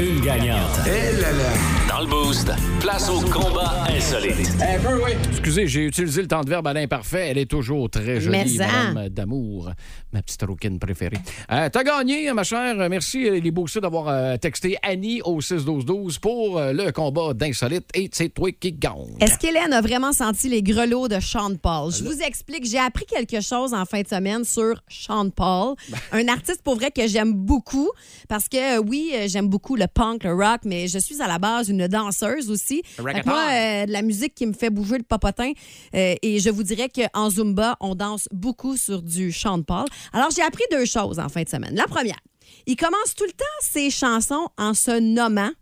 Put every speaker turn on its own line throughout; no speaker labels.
Une gagnante. Dans le boost, place au combat insolite.
Excusez, j'ai utilisé le temps de verbe à l'imparfait. Elle est toujours très jolie,
Mais ça.
madame d'amour, ma petite rouquine préférée. Euh, T'as gagné, ma chère. Merci, euh, les boursiers, d'avoir euh, texté Annie au 6-12-12 pour euh, le combat d'insolite. Et c'est toi qui gagne.
Est-ce qu'Hélène a vraiment senti les grelots de Sean Paul? Je vous explique, j'ai appris quelque chose en fin de semaine sur Sean Paul, un artiste pour vrai que j'aime beaucoup parce que euh, oui, euh, j'aime beaucoup le punk, le rock, mais je suis à la base une danseuse aussi. Fait que
Racketon.
moi, euh, de la musique qui me fait bouger le popotin euh, et je vous dirais qu'en Zumba, on danse beaucoup sur du Sean Paul. Alors, j'ai appris deux choses en fin de semaine. La première, il commence tout le temps ses chansons en se nommant.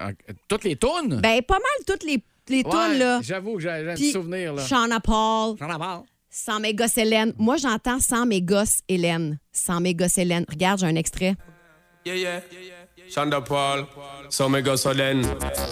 Euh, Toutes les tunes?
Ben, pas mal toutes les, les
Ouais,
tunes, là.
J'avoue que j'ai j'ai un
Puis,
petit souvenir. Là.
Shauna Paul,
J'en ai marre.
sans mes gosses Hélène. Moi, j'entends sans mes gosses Hélène. Sans mes gosses Hélène. Regarde, j'ai un extrait.
Yeah, yeah. Chanda Paul, sans méga solène.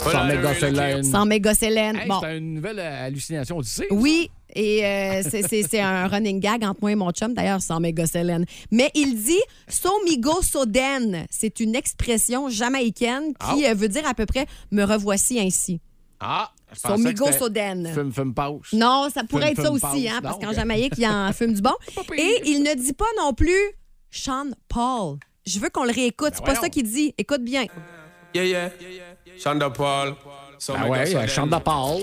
Sans méga solène.
Sans mes gosses Hélène.
Hey,
bon.
C'est une nouvelle euh, hallucination d'ici.
Oui, et euh, c'est- c'est c'est un running gag entre moi et mon chum, d'ailleurs, sans mes gosses Hélène. Mais il dit somigo soden. C'est une expression jamaïcaine qui euh, veut dire à peu près me revoici ainsi.
Ah, je pensais que
Somigo
c'était
soden.
Fume, fume, passe.
Non, ça pourrait
Fume,
être ça
fume,
aussi,
passe.
hein, parce
Donc.
qu'en Jamaïque, il en fume du bon. Et il ne dit pas non plus Sean Paul. Je veux qu'on le réécoute. C'est pas
voyons.
ça qu'il dit. Écoute bien.
Yeah, yeah. Chanda Paul, sans
Ah
méga
ouais, euh,
solène.
chante de Paul.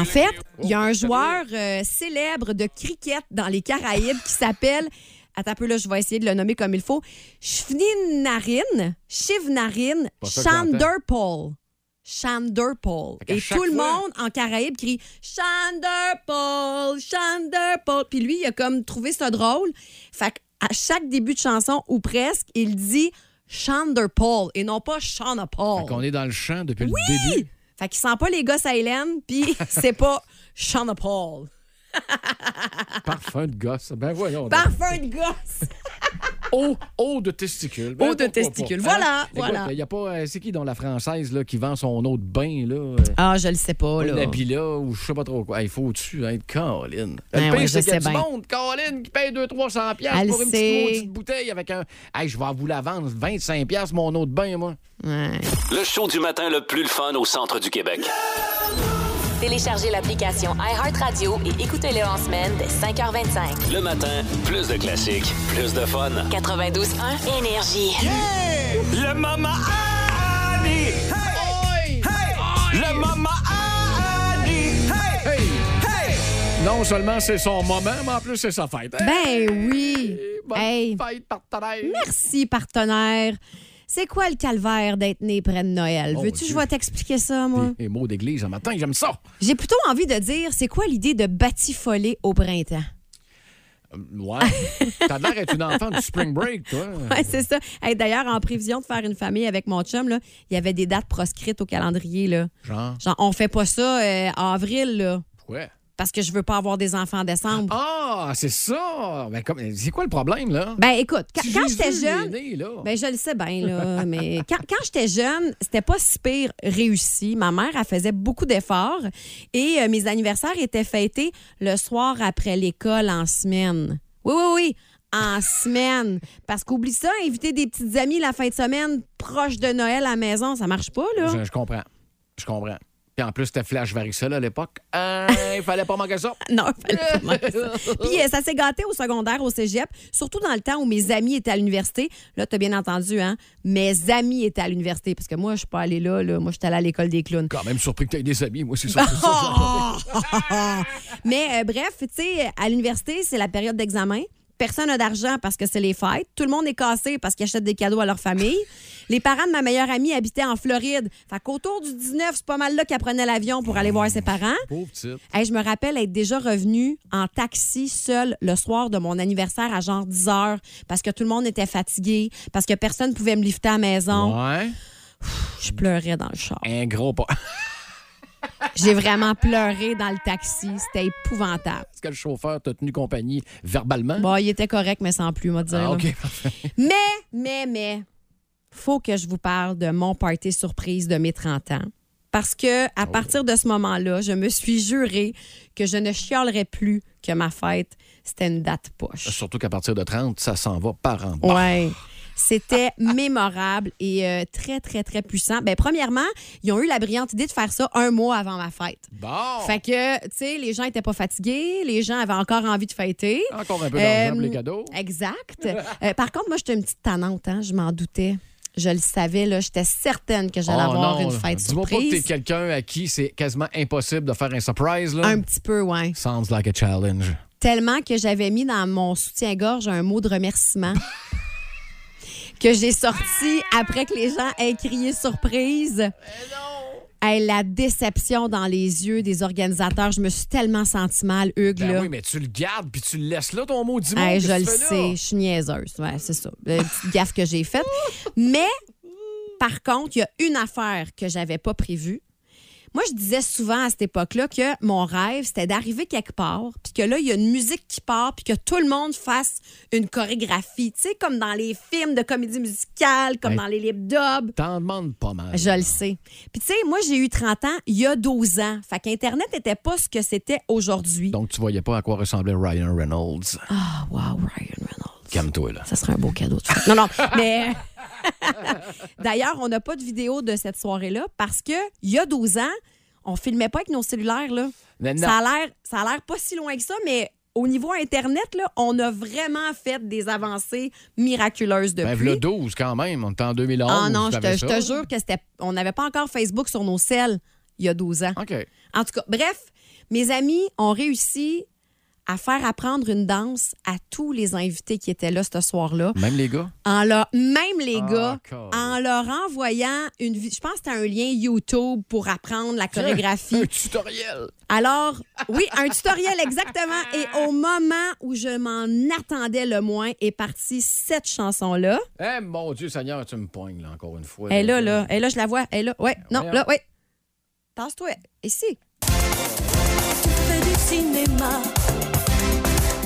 En fait, il y a un joueur euh, célèbre de cricket dans les Caraïbes qui s'appelle. Attends un peu, là, je vais essayer de le nommer comme il faut. Shivnarin, Shivnarin,
Pas ça que
Shander Paul. Shander Paul.
Fait qu'à
Et
chaque
tout le
fois-
monde en Caraïbes crie Shander Paul, Shander Paul. Puis lui, il a comme trouvé ça drôle. Fait qu'à chaque début de chanson, ou presque, il dit Shander Paul et non pas Shauna Paul.
Fait qu'on est dans le champ depuis le
Oui!
début.
Fait qu'il sent pas les gosses à Hélène, puis c'est pas Sean Paul.
Parfum de gosse. Ben voyons. donc.
Parfum de gosse!
Eau, eau de testicule. Ben,
Eau de
pourquoi
testicule.
pas. Hein?
Voilà,
Écoute,
voilà.
Il y a pas. euh, C'est qui dans la française là, qui vend son eau de bain, là?
Ah, je le sais pas,
La
là.
là ou je sais pas trop quoi. Il faut tu être Caroline.
Ben
le
ouais,
pire,
je
c'est qu'il y a
sais
du
bien.
monde, Caroline, qui paye 200-300$ piastres
Elle
pour une
sait.
petite, petite bouteille avec un. Hey, je vais vous la vendre 25$ piastres, mon eau de bain, moi.
Ouais.
Le show du matin le plus le fun au centre du Québec.
Téléchargez l'application iHeartRadio et écoutez-le en semaine dès 5h25.
Le matin, plus de classiques, plus de fun.
92.1 Énergie.
Le Mama Annie! Le Mama Annie!
Hey! Non seulement c'est son moment, mais en plus c'est sa fête. Hey,
Ben oui!
bonne
Hey,
fête, partenaire!
merci, partenaire. C'est quoi le calvaire d'être né près de Noël?
Mon
Veux-tu que je
Dieu.
vais t'expliquer ça, moi?
Les mots d'église en matin, j'aime ça.
J'ai plutôt envie de dire, c'est quoi l'idée de batifoler au printemps?
Ouais. T'as l'air d'être une enfant du spring break, toi.
Ouais, c'est ça. Hey, D'ailleurs, en prévision de faire une famille avec mon chum, là, il y avait des dates proscrites au calendrier. Là.
Genre,
Genre, on fait pas ça euh, en avril, là,
pourquoi?
parce que je veux pas avoir des enfants en décembre.
Ah, c'est ça! Ben, comme, c'est quoi le problème, là?
Ben écoute, quand,
Si
quand
Jésus
j'étais
est
jeune,
né, là.
ben je le sais bien là, mais quand, quand j'étais jeune, c'était pas si pire réussi. Ma mère elle faisait beaucoup d'efforts et euh, mes anniversaires étaient fêtés le soir après l'école en semaine. Oui oui oui. En semaine. Parce qu'oublie ça, inviter des petites amies la fin de semaine proche de Noël à la maison, ça marche pas, là.
Je, je comprends. Je comprends. Puis en plus, c'était Flash Varicella à l'époque. Euh, Il fallait pas manquer ça.
Non, fallait pas manquer ça. Puis euh, ça s'est gâté au secondaire, au cégep, surtout dans le temps où mes amis étaient à l'université. Là, t'as bien entendu, hein? Mes amis étaient à l'université, parce que moi, je suis pas allée là, là. Moi, je suis allée à l'école des clowns.
Quand même surpris que t'aies des amis, moi, c'est ça.
Mais euh, bref, tu sais, à l'université, c'est la période d'examen. Personne n'a d'argent parce que c'est les fêtes. Tout le monde est cassé parce qu'ils achètent des cadeaux à leur famille. Les parents de ma meilleure amie habitaient en Floride. Fait qu'autour du 19, c'est pas mal là qu'elle prenait l'avion pour aller voir ses parents.
Pauvre petite.
Hey, je me rappelle être déjà revenue en taxi seule le soir de mon anniversaire à genre 10 heures parce que tout le monde était fatigué, parce que personne pouvait me lifter à la maison.
Ouais.
Je pleurais dans le char.
Un gros pas.
J'ai vraiment pleuré dans le taxi. C'était épouvantable.
Est-ce que le chauffeur t'a tenu compagnie verbalement?
Bon, il était correct, mais sans plus, moi dire.
Ah,
là.
OK, parfait.
Mais, mais, mais, faut que je vous parle de mon party surprise de mes 30 ans. Parce que à partir de ce moment-là, je me suis juré que je ne chialerais plus que ma fête, c'était une date poche.
Surtout qu'à partir de 30, ça s'en va par en bas.
Ouais. C'était mémorable et euh, très, très, très puissant. Ben, premièrement, ils ont eu la brillante idée de faire ça un mois avant ma fête.
Bon!
Fait que, tu sais, les gens étaient pas fatigués, les gens avaient encore envie de fêter.
Encore un peu d'argent pour
Euh,
les cadeaux.
Exact. Euh, par contre, moi, j'étais une petite tannante, hein, je m'en doutais. Je le savais, là, j'étais certaine que j'allais
Oh
avoir une
non,
fête
Dis-moi pas que t'es
surprise.
quelqu'un à qui c'est quasiment impossible de faire un surprise. Là.
Un petit peu, ouais.
Sounds like a challenge.
Tellement que j'avais mis dans mon soutien-gorge un mot de remerciement que j'ai sorti après que les gens aient crié surprise. Hey, la déception dans les yeux des organisateurs, je me suis tellement senti mal, Hugues.
Ben
là.
oui, mais tu le gardes puis tu le laisses là, ton maudit mot.
Hey,
Qu'est-ce
je
que
le
tu fais là?
sais, je suis niaiseuse. Ouais, c'est ça. La petite gaffe que j'ai faite. Mais, par contre, il y a une affaire que j'avais pas prévue. Moi, je disais souvent à cette époque-là que mon rêve, c'était d'arriver quelque part, puis que là, il y a une musique qui part, puis que tout le monde fasse une chorégraphie. Tu sais, comme dans les films de comédie musicale, comme
Hey.
dans les lip-dub.
T'en demandes pas mal.
Je le sais. Puis, tu sais, moi, j'ai eu 30 ans il y a 12 ans. Fait qu'Internet n'était pas ce que c'était aujourd'hui.
Donc, tu voyais pas à quoi ressemblait Ryan Reynolds.
Ah, wow, Ryan Reynolds.
Calme-toi, là.
Ça serait un beau cadeau de fête. Non, non, mais. D'ailleurs, on n'a pas de vidéo de cette soirée-là parce que il y a 12 ans, on filmait pas avec nos cellulaires. Là.
Mais non.
Ça a l'air- ça a l'air pas si loin que ça, mais au niveau Internet, là, on a vraiment fait des avancées miraculeuses
Ben,
depuis.
le 12 quand même. On était en 2011.
ah non, je
t'avais
te, je
ça.
te jure que c'était. On n'avait pas encore Facebook sur nos celles il y a 12 ans.
OK.
En tout cas, bref, mes amis ont réussi à faire apprendre une danse à tous les invités qui étaient là ce soir-là
Même les gars.
en leur, même les
Ah,
gars,
cool.
en leur envoyant une vi- je pense que c'était un lien YouTube pour apprendre la chorégraphie.
Un tutoriel.
Alors, oui, un tutoriel exactement. Et au moment où je m'en attendais le moins est partie cette chanson-là.
Eh, mon Dieu Seigneur, tu me poignes, là, encore une fois.
Elle Eh, là, là, elle là, je la vois. Elle là, ouais, non,
Ben Voyons.
là, ouais. Tasse-toi, ici.
fait du cinéma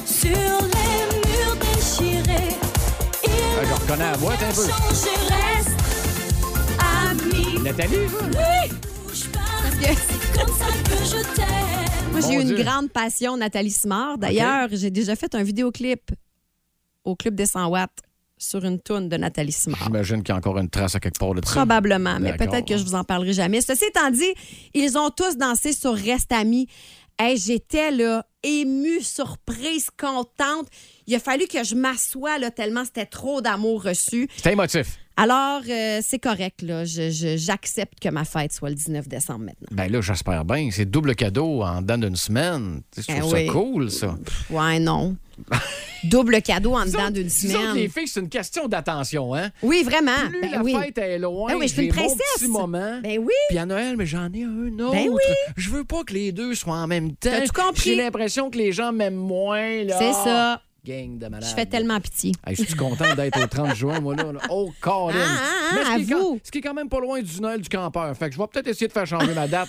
sur les murs déchirés.
Ah, je reconnais la voix, t'es un peu.
Changer reste ami.
Nathalie, là.
Oui, bouge pas. C'est comme ça que je t'aime.
Moi, j'ai
Mon
eu une
Dieu.
grande passion, Nathalie Simard. D'ailleurs, j'ai déjà fait un vidéoclip au Club des 100 watts sur une toune de Nathalie Simard.
J'imagine qu'il y a encore une trace à quelque part de ça.
Probablement, mais
D'accord.
peut-être que je vous en parlerai jamais. Ceci étant dit, ils ont tous dansé sur Reste Amis. Hey, J'étais là, émue, surprise, contente. Il a fallu que je m'assoie là, tellement c'était trop d'amour reçu.
C'était émotif.
Alors, euh, c'est correct, là. Je- je- J'accepte que ma fête soit le 19 décembre maintenant.
Ben là, j'espère bien. C'est double cadeau en dedans d'une semaine. Tu sais, Je
Eh
trouve
oui.
ça cool, ça.
Ouais, non. Double cadeau en dedans
Disons-
d'une
disons
semaine.
que les filles, c'est une question d'attention, hein?
Oui, vraiment.
Plus
Ben
la
oui.
fête est loin,
Ben oui, je suis
j'ai
une
mon
princesse.
petit moment.
Ben oui.
Puis à Noël, mais j'en ai un autre.
Ben oui.
Je veux pas que les deux soient en même temps.
T'as-tu compris?
J'ai l'impression que les gens m'aiment moins, là.
C'est ça.
Gang de malades.
Je fais tellement pitié.
Hey, je suis content d'être au 30 juin, moi, là. là. Oh, Colin.
Ah, ah,
Mais ce qui
à
est quand-
vous.
Ce qui est quand même pas loin du Noël du campeur. Fait que je vais peut-être essayer de faire changer ma date.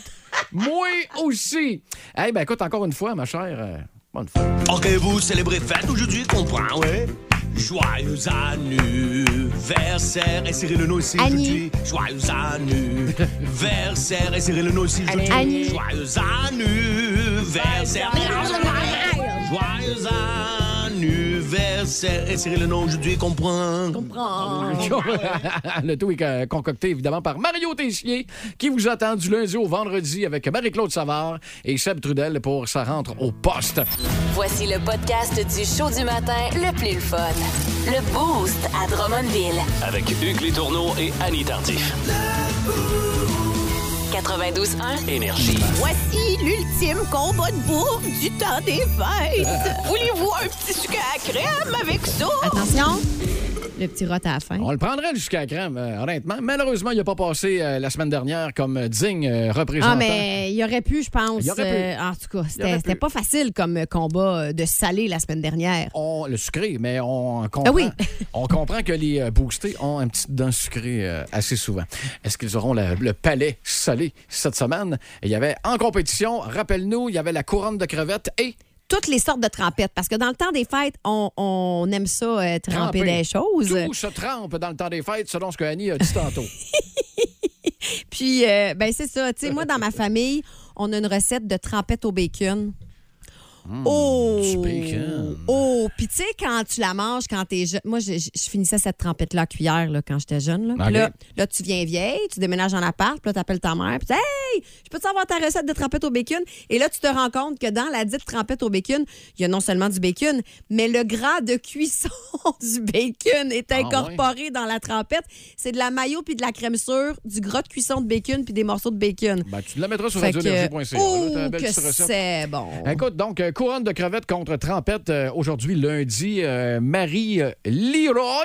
Moi aussi. Eh ben écoute, encore une fois, ma chère, euh, bonne fête.
Ok, vous célébrez fête aujourd'hui, comprends, ouais? Joyeux anniversaire et serrez le nom ici
Annie.
aujourd'hui. Joyeux anniversaire et serrez le nom ici aujourd'hui.
Annie.
Joyeux anniversaire. Joyeux anniversaire et serrez le nom aujourd'hui, comprends?
Ah,
Le tout est euh, concocté évidemment par Mario Tessier, qui vous attend du lundi au vendredi avec Marie-Claude Savard et Seb Trudel pour sa rentre au poste.
Voici le podcast du show du matin le plus le fun. Le Boost à Drummondville.
Avec Hugues Létourneau et Annie Tardif.
92.1.
Énergie.
Voici l'ultime combat de bourre du temps des fêtes.
Ah.
Voulez-vous un petit sucre à crème avec ça?
Attention, le petit rot à la fin.
On le prendrait jusqu'à la crème, euh, honnêtement. Malheureusement, il n'a pas passé euh, la semaine dernière comme euh, digne euh, représentant.
Ah, mais il y aurait pu, je pense.
Il y aurait pu.
Euh, en tout cas,
Il y aurait
c'était
pu.
c'était pas facile comme combat euh, de salé la semaine dernière.
On, le sucré, mais on comprend,
Ah oui.
on comprend que les euh, boostés ont un petit dent sucré euh, assez souvent. Est-ce qu'ils auront la- le palais salé cette semaine? Il y avait en compétition, rappelle-nous, il y avait la couronne de crevettes et
toutes les sortes de trempettes. Parce que dans le temps des fêtes, on, on aime ça euh, tremper,
Tremper.
des choses.
Tout se trempe dans le temps des fêtes, selon ce que Annie a dit tantôt.
Puis, euh, ben c'est ça. Tu sais, moi, dans ma famille, on a une recette de trempette au bacon. oh!
Hmm, du bacon.
Oh! Puis, tu sais, quand tu la manges, quand t'es jeune. Moi, je, je- je finissais cette trempette-là à cuillère là, quand j'étais jeune. Là. Puis
OK.
là, là, tu viens vieille, tu déménages en appart, puis là, t'appelles ta mère, puis tu dis, Hey, je peux-tu avoir ta recette de trempette au bacon? Et là, tu te rends compte que dans la dite trempette au bacon, il y a non seulement du bacon, mais le gras de cuisson du bacon est
Ah
incorporé incorporé dans la trempette. C'est de la mayo puis de la crème sûre, du gras de cuisson de bacon puis des morceaux de bacon.
Ben, tu la mettras sur
Fait que,
radioénergie.ca. là. T'as
ouh,
une belle
que
petite recette.
c'est bon.
Écoute, donc, euh, couronne de crevettes contre trempette euh, aujourd'hui, lundi. euh, Marie euh, Leroy,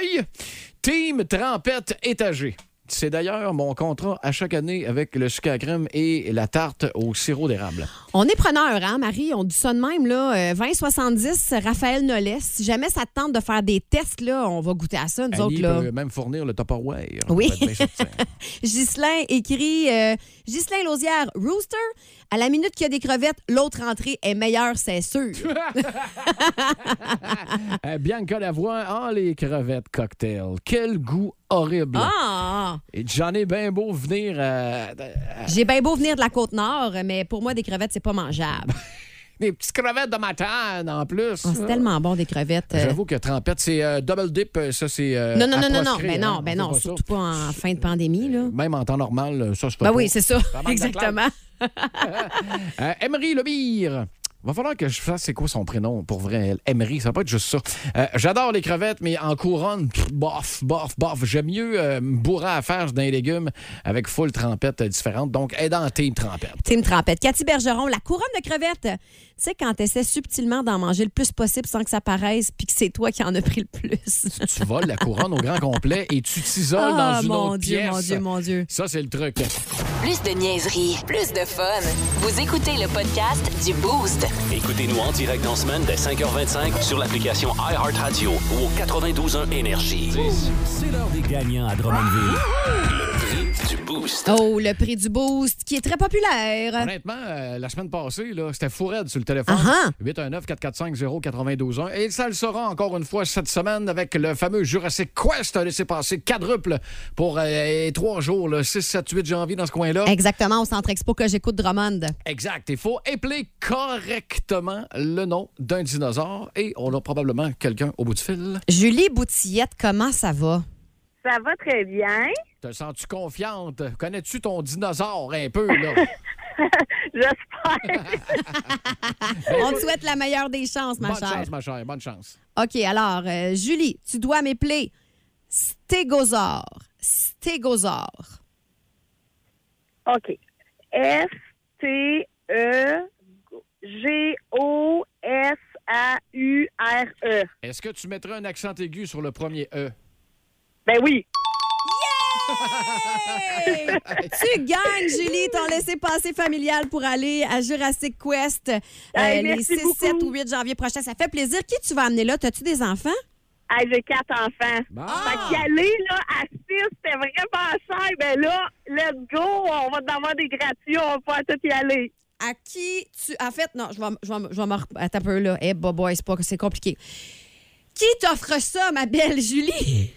team trempette étagée. C'est d'ailleurs mon contrat à chaque année avec le sucre à crème et la tarte au sirop d'érable.
On est preneur, hein, Marie? On dit ça de même, là. 2070, Raphaël Nolès. Si jamais ça te tente de faire des tests, là, on va goûter à ça, nous
Annie
autres, là.
peut même fournir le Tupperware.
Oui.
On va être bien sortis.
Ghislain écrit euh, Ghislain Lausière, Rooster, à la minute qu'il y a des crevettes, l'autre entrée est meilleure, c'est sûr.
Euh, Bianca Lavoie, ah, les crevettes cocktail. Quel goût horrible.
ah!
Et J'en ai bien beau venir euh, euh,
J'ai bien beau venir de la Côte-Nord, mais pour moi, des crevettes, c'est pas mangeable.
des petites crevettes de matin en plus.
Ah, c'est tellement bon, des crevettes. euh.
J'avoue que trempette, c'est euh, double dip, euh, ça c'est. euh,
Non, non,
à
non, non, non,
proscrire,
ben
hein,
non,
on
ben
fait
non,
pas ça.
surtout pas en fin de pandémie, là.
Même en temps normal, euh, ça se fait
Ben
pas.
oui, c'est ça,
manque de
exactement.
Euh, Emery Lemire. Va falloir que je fasse c'est quoi son prénom pour vrai, elle. Emery, ça va pas être juste ça. Euh, J'adore les crevettes, mais en couronne, pff, bof, bof, bof. J'aime mieux euh, me bourrer à faire d'un légume avec full trempette euh, différente. Donc, aidantée trempette.
Team Trempette. Cathy Bergeron, la couronne de crevettes. Tu sais, quand t'essaies subtilement d'en manger le plus possible sans que ça paraisse, puis que c'est toi qui en as pris le plus.
Tu voles la couronne au grand complet et tu t'isoles
Ah,
dans une
mon
autre
Dieu,
pièce.
mon Dieu, mon Dieu.
Ça, c'est le truc.
Plus de niaiserie, plus de fun. Vous écoutez le podcast du Boost.
Écoutez-nous en direct en semaine dès 5h25 sur l'application iHeartRadio ou au 92.1 Énergie. C'est l'heure des gagnants à Drummondville. Le prix du Boost.
Oh, le prix du boost, qui est très populaire.
Honnêtement, euh, la semaine passée, là, c'était fourette sur le téléphone.
Ah, ah.
819-445-0921. Et ça le sera encore une fois cette semaine avec le fameux Jurassic Quest laissé passer quadruple pour euh, trois jours, le 6, 7, 8 janvier dans ce coin-là.
Exactement, au Centre Expo que j'écoute Drummond.
Exact. Il faut épeler correctement le nom d'un dinosaure et on a probablement quelqu'un au bout du fil.
Julie Boutillette, comment ça va?
Ça va très bien.
Te sens-tu confiante? Connais-tu ton dinosaure un peu, là?
J'espère.
On te souhaite la meilleure des chances, ma
Ben bonne
chère.
chance, ma chère. Bonne chance.
OK, alors, euh, Julie, tu dois m'épeler stégosaure. Stégosaure.
OK. E S-T-E-G-O-S-A-U-R-E.
Est-ce que tu mettrais un accent aigu sur le premier E?
Ben oui.
Hey! tu gagnes, Julie, ton laissez-passer familial pour aller à Jurassic Quest euh,
Hey,
les
merci
6,
beaucoup.
7 ou 8 janvier prochain. Ça fait plaisir. Qui tu vas amener là? T'as-tu des enfants?
Ah, J'ai quatre enfants.
Bon.
Fait
Ah.
qu'y aller, là, à six, c'était vraiment cher. Ben là, let's go. On va en avoir des gratuits. On va pouvoir tout y aller.
À qui tu. En fait, non, je vais, je vais, je vais me. rep- Attends un peu, là. Eh, bah, boy, c'est pas c'est compliqué. Qui t'offre ça, ma belle Julie?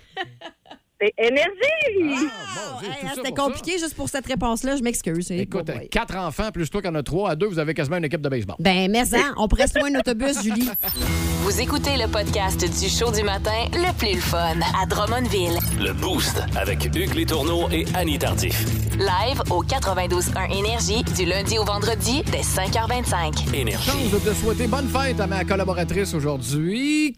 C'est énergie.
Ah, mon Dieu, tout
Hey,
ça
hein, C'était
pour ça.
compliqué juste pour cette réponse-là. Je m'excuse. Eh,
Écoute,
bah, boy.
quatre enfants plus toi qui en as trois à deux, vous avez quasiment une équipe de baseball.
Ben, mais hein, on pourrait se louer un autobus, Julie.
Vous écoutez le podcast du show du matin le plus le fun à Drummondville.
Le Boost avec Hugues Létourneau et Annie Tardif.
Live au 92.1 Énergie du lundi au vendredi dès 5h25.
Chance
Énergie.
de te souhaiter bonne fête à ma collaboratrice aujourd'hui.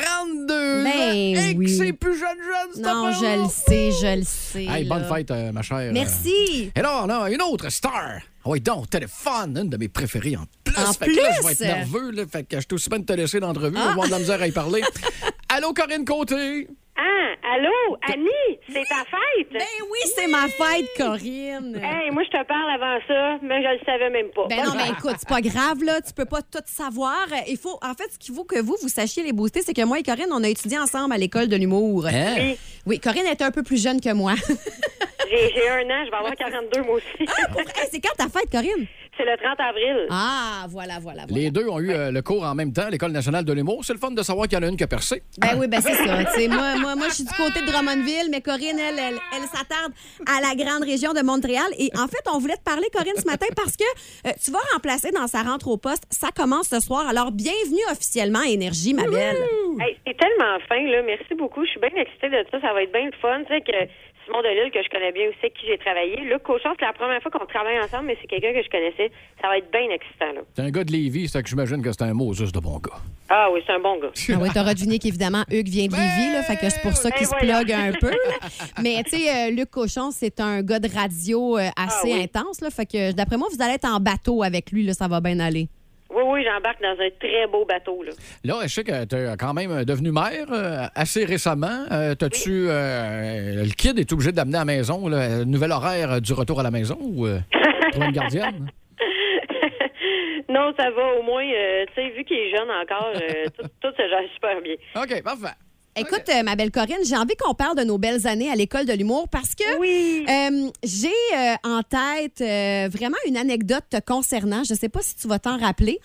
42
Ben
ans! Et que
oui.
c'est plus jeune jeune, cette
Non,
affaire-là.
je le sais, je le sais.
Hey, bonne
là.
fête, euh, ma chère.
Merci.
Et là, on a une autre star. Ah Oui, donc, téléphone, une de mes préférées en plus.
En
fait que là, je vais
plus. Ah.
être nerveux, là. Fait que je suis aussi bien de te laisser l'entrevue, on va avoir de la misère à y parler. Allô, Corinne Côté!
Ah, allô, Annie, c'est ta fête.
Ben oui, c'est ma fête, Corinne.
Hey, moi, je te parle avant ça, mais je le savais même pas.
Ben non, mais écoute, c'est pas grave, là. Tu peux pas tout savoir. Il faut, en fait, ce qu'il faut que vous, vous sachiez les booster, c'est que moi et Corinne, on a étudié ensemble à l'école de l'humour.
Hein?
Oui, Corinne était un peu plus jeune que moi.
J'ai j'ai un an, je vais avoir 42 moi aussi.
Hey, c'est quand ta fête, Corinne?
C'est le 30 avril.
Ah, voilà, voilà, voilà.
Les deux ont eu euh, le cours en même temps, l'École nationale de l'humour. C'est le fun de savoir qu'il y en a une qui a percé.
Ben oui, ben c'est ça. Tu sais, moi, moi, moi je suis du côté de Drummondville, mais Corinne, elle, elle, elle s'attarde à la grande région de Montréal. Et en fait, on voulait te parler, Corinne, ce matin, parce que euh, tu vas remplacer dans sa rentre au poste. Ça commence ce soir. Alors, bienvenue officiellement à Énergie, ma belle.
Hey, c'est tellement fin, là. Merci beaucoup. Je suis bien excitée de ça. Ça va être bien le fun. Tu sais que Simon Delille, que je connais bien aussi, avec qui j'ai travaillé. Luc Cochon, c'est la première fois qu'on travaille ensemble, mais c'est quelqu'un que je connaissais. Ça va être bien excitant, là.
C'est un gars de Lévis, c'est que j'imagine que c'est un Moses de bon gars.
Ah oui, c'est un bon gars.
Ah oui, t'auras deviné qu'évidemment, Hugues vient de Lévis, là, fait que c'est pour ça qu'il
Ben
se
voyons.
plug un peu. là. Mais tu sais, euh, Luc Cochon, c'est un gars de radio euh, assez
Ah oui.
intense, là, fait que d'après moi, vous allez être en bateau avec lui, là, ça va bien aller.
Oui, oui, j'embarque dans un très beau bateau, là.
Là, je sais que t'es euh, quand même devenu maire euh, assez récemment. Euh, T'as-tu. euh, le kid est obligé de l'amener à la maison, là, le nouvel horaire euh, du retour à la maison ou euh, trouver une gardienne?
non, ça va au moins. euh, tu sais, vu qu'il est jeune encore, euh, tout, tout se gère super bien.
hein? OK, parfait.
Écoute, euh, ma belle Corinne, j'ai envie qu'on parle de nos belles années à l'école de l'humour parce que
Oui.
euh, j'ai euh, en tête euh, vraiment une anecdote te concernant. Je ne sais pas si tu vas t'en rappeler,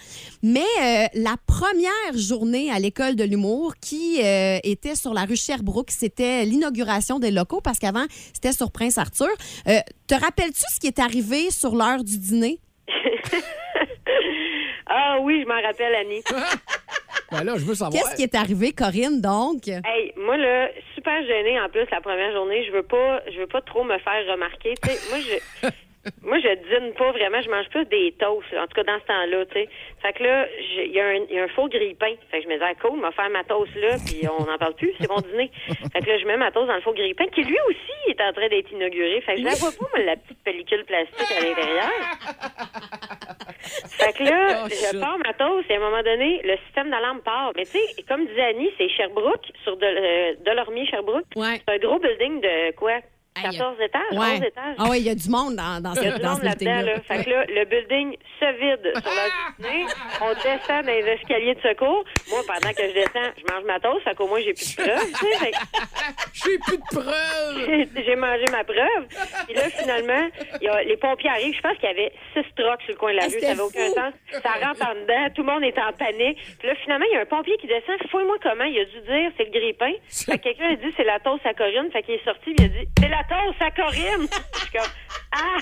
mais euh, la première journée à l'école de l'humour qui euh, était sur la rue Sherbrooke, c'était l'inauguration des locaux parce qu'avant, c'était sur Prince Arthur. Euh, te rappelles-tu ce qui est arrivé sur l'heure du dîner?
Ah oui, je m'en rappelle, Annie.
Ben là, je veux savoir.
Qu'est-ce qui est arrivé, Corinne, donc?
Hey, moi là, super gênée en plus la première journée, je veux pas je veux pas trop me faire remarquer, tu sais. Moi je Moi, je dîne pas vraiment, je mange plus des toasts, là, en tout cas dans ce temps-là, tu sais. Fait que là, j'ai- il y, a un- il y a un faux grille-pain. Fait que je me disais, ah, cool, m'a faire ma toast là, puis on n'en parle plus, c'est mon dîner. Fait que là, je mets ma toast dans le faux grille-pain, qui lui aussi est en train d'être inauguré. Fait que je la vois pas, moi, la petite pellicule plastique à l'intérieur. Fait que là,
Oh,
je
shit.
pars ma toast, et à un moment donné, le système d'alarme part. Mais tu sais, comme disait Annie, c'est Sherbrooke, sur de, euh, Delormier-Sherbrooke.
Ouais.
C'est un gros building de quoi?
Aïe.
14 étages, 11
Ouais.
étages.
Ah oui, il y a du monde dans, dans, ce-
Il y a du
dans
monde
ce
là-dedans.
meeting-là.
Là. Fait que là, le building se vide sur la
Ah!
dîner. On descend dans les escaliers de secours. Moi, pendant que je descends, je mange ma toast. Fait qu'au moins, j'ai plus de preuves. tu sais. Fait que
J'ai plus de preuves!
j'ai- j'ai mangé ma preuve. Puis là, finalement, il y a- les pompiers arrivent. Je pense qu'il y avait six trucks sur le coin de la
Ah,
rue.
c'était
Ça n'avait aucun
fou.
sens. Ça rentre en dedans. Tout le monde est en panique. Puis là, finalement, il y a un pompier qui descend. Fouille-moi comment. Il a dû dire c'est le grippin. Fait que quelqu'un a dit c'est la toast à Corinne. Fait qu'il est sorti. puis Il a dit c'est la toast à Corinne. Je suis comme ah!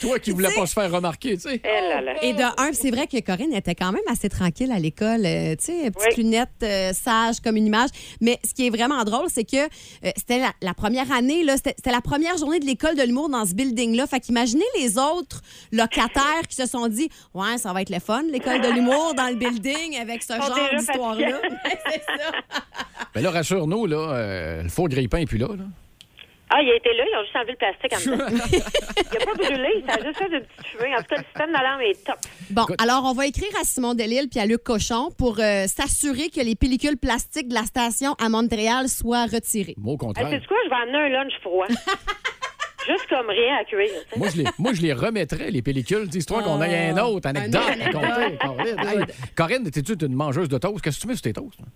Toi qui voulais pas se faire remarquer, tu sais.
Eh là là.
Et de un, c'est vrai que Corinne était quand même assez tranquille à l'école, euh, tu sais, petite
Oui.
lunette euh, sage comme une image. Mais ce qui est vraiment drôle, c'est que euh, c'était la, la première année, là, c'était, c'était la première journée de l'école de l'humour dans ce building-là. Fait qu'imaginez les autres locataires qui se sont dit, ouais, ça va être le fun, l'école de l'humour dans le building avec ce
sont
genre
déjà
d'histoire-là. C'est ça.
Mais Ben là, rassure-nous, là, euh, le faux grille-pain est plus là. là.
Ah, il a été là, ils ont juste enlevé le plastique en même temps. Il n'a pas brûlé, ça a juste fait une petite fumée. En tout cas, le système d'alarme est top.
Bon, alors on va écrire à Simon Delille puis à Luc Cochon pour euh, s'assurer que les pellicules plastiques de la station à Montréal soient retirées.
Moi, au
Ah,
contraire.
sais quoi, je vais amener un lunch froid. juste comme rien à cuire. tu sais.
Moi je, les, moi, je les remettrais, les pellicules, tu sais, histoire qu'on ait un autre anecdote
un
à conter. Corinne, Hey, Corinne, étais-tu une mangeuse de toast? Qu'est-ce que tu mets sur tes toasts? là?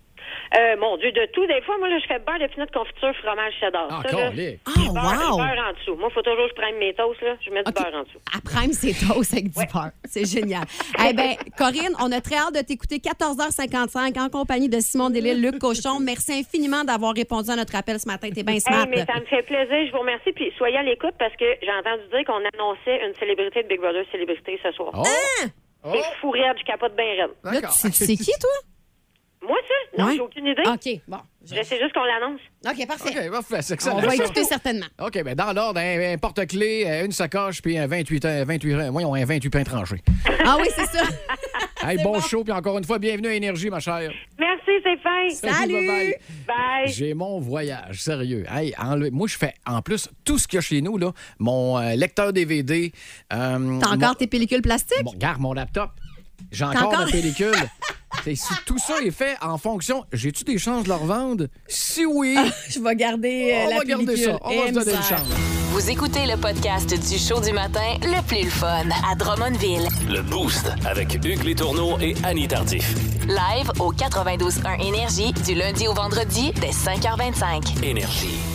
Euh, mon Dieu, de tout. Des fois, moi, là, je fais beurre de pinot de confiture, fromage cheddar.
Ah,
là,
calique.
Ah,
je beurre,
wow.
je beurre en dessous. Moi, il faut toujours que je prenne mes toasts, là. Je mets du
OK.
beurre en dessous.
Elle prime ses toasts avec du beurre. C'est génial. Eh bien, Corinne, on a très hâte de t'écouter 14h55 en compagnie de Simon Delille, Luc Cochon. Merci infiniment d'avoir répondu à notre appel ce matin. T'es bien
Hey,
smart.
mais ça me fait plaisir, je vous remercie. Puis soyez à l'écoute parce que j'ai entendu dire qu'on annonçait une célébrité de Big Brother célébrité ce soir.
Oh!
C'est fou raide, je capote bien raide.
Là, tu sais- tu sais qui, toi?
Moi, ça? Non,
Ouais.
j'ai aucune idée.
OK, bon.
Je sais juste qu'on l'annonce.
OK, parfait.
OK, parfait,
On
c'est excellent.
va
ça.
écouter certainement.
OK, ben dans l'ordre, un, un porte-clés, euh, une sacoche, puis un 28, un 28, euh, voyons, un 28 pain tranché.
Ah oui, c'est ça.
Hey, bon, show, puis encore une fois, bienvenue à Énergie, ma chère.
Merci, c'est fin.
Salut.
Bye-bye.
Bye.
J'ai mon voyage, sérieux. Hey, enle- Moi, je fais, en plus, tout ce qu'il y a chez nous, là, mon euh, lecteur DVD. euh,
T'as
mon-
encore tes pellicules plastiques?
Bon, regarde mon laptop. J'ai
T'as
encore,
encore-
ma pellicule. C'est- si tout ça est fait en fonction, j'ai-tu des chances de le revendre? Si oui,
Je vais garder euh,
on
Ah, la
va garder
pellicule.
ça. On va se donner
Eh,
une chance.
Vous écoutez le podcast du show du matin le plus le fun à Drummondville.
Le Boost avec Hugues Létourneau et Annie Tardif.
Live au 92.1 Énergie du lundi au vendredi dès 5h25.
Énergie.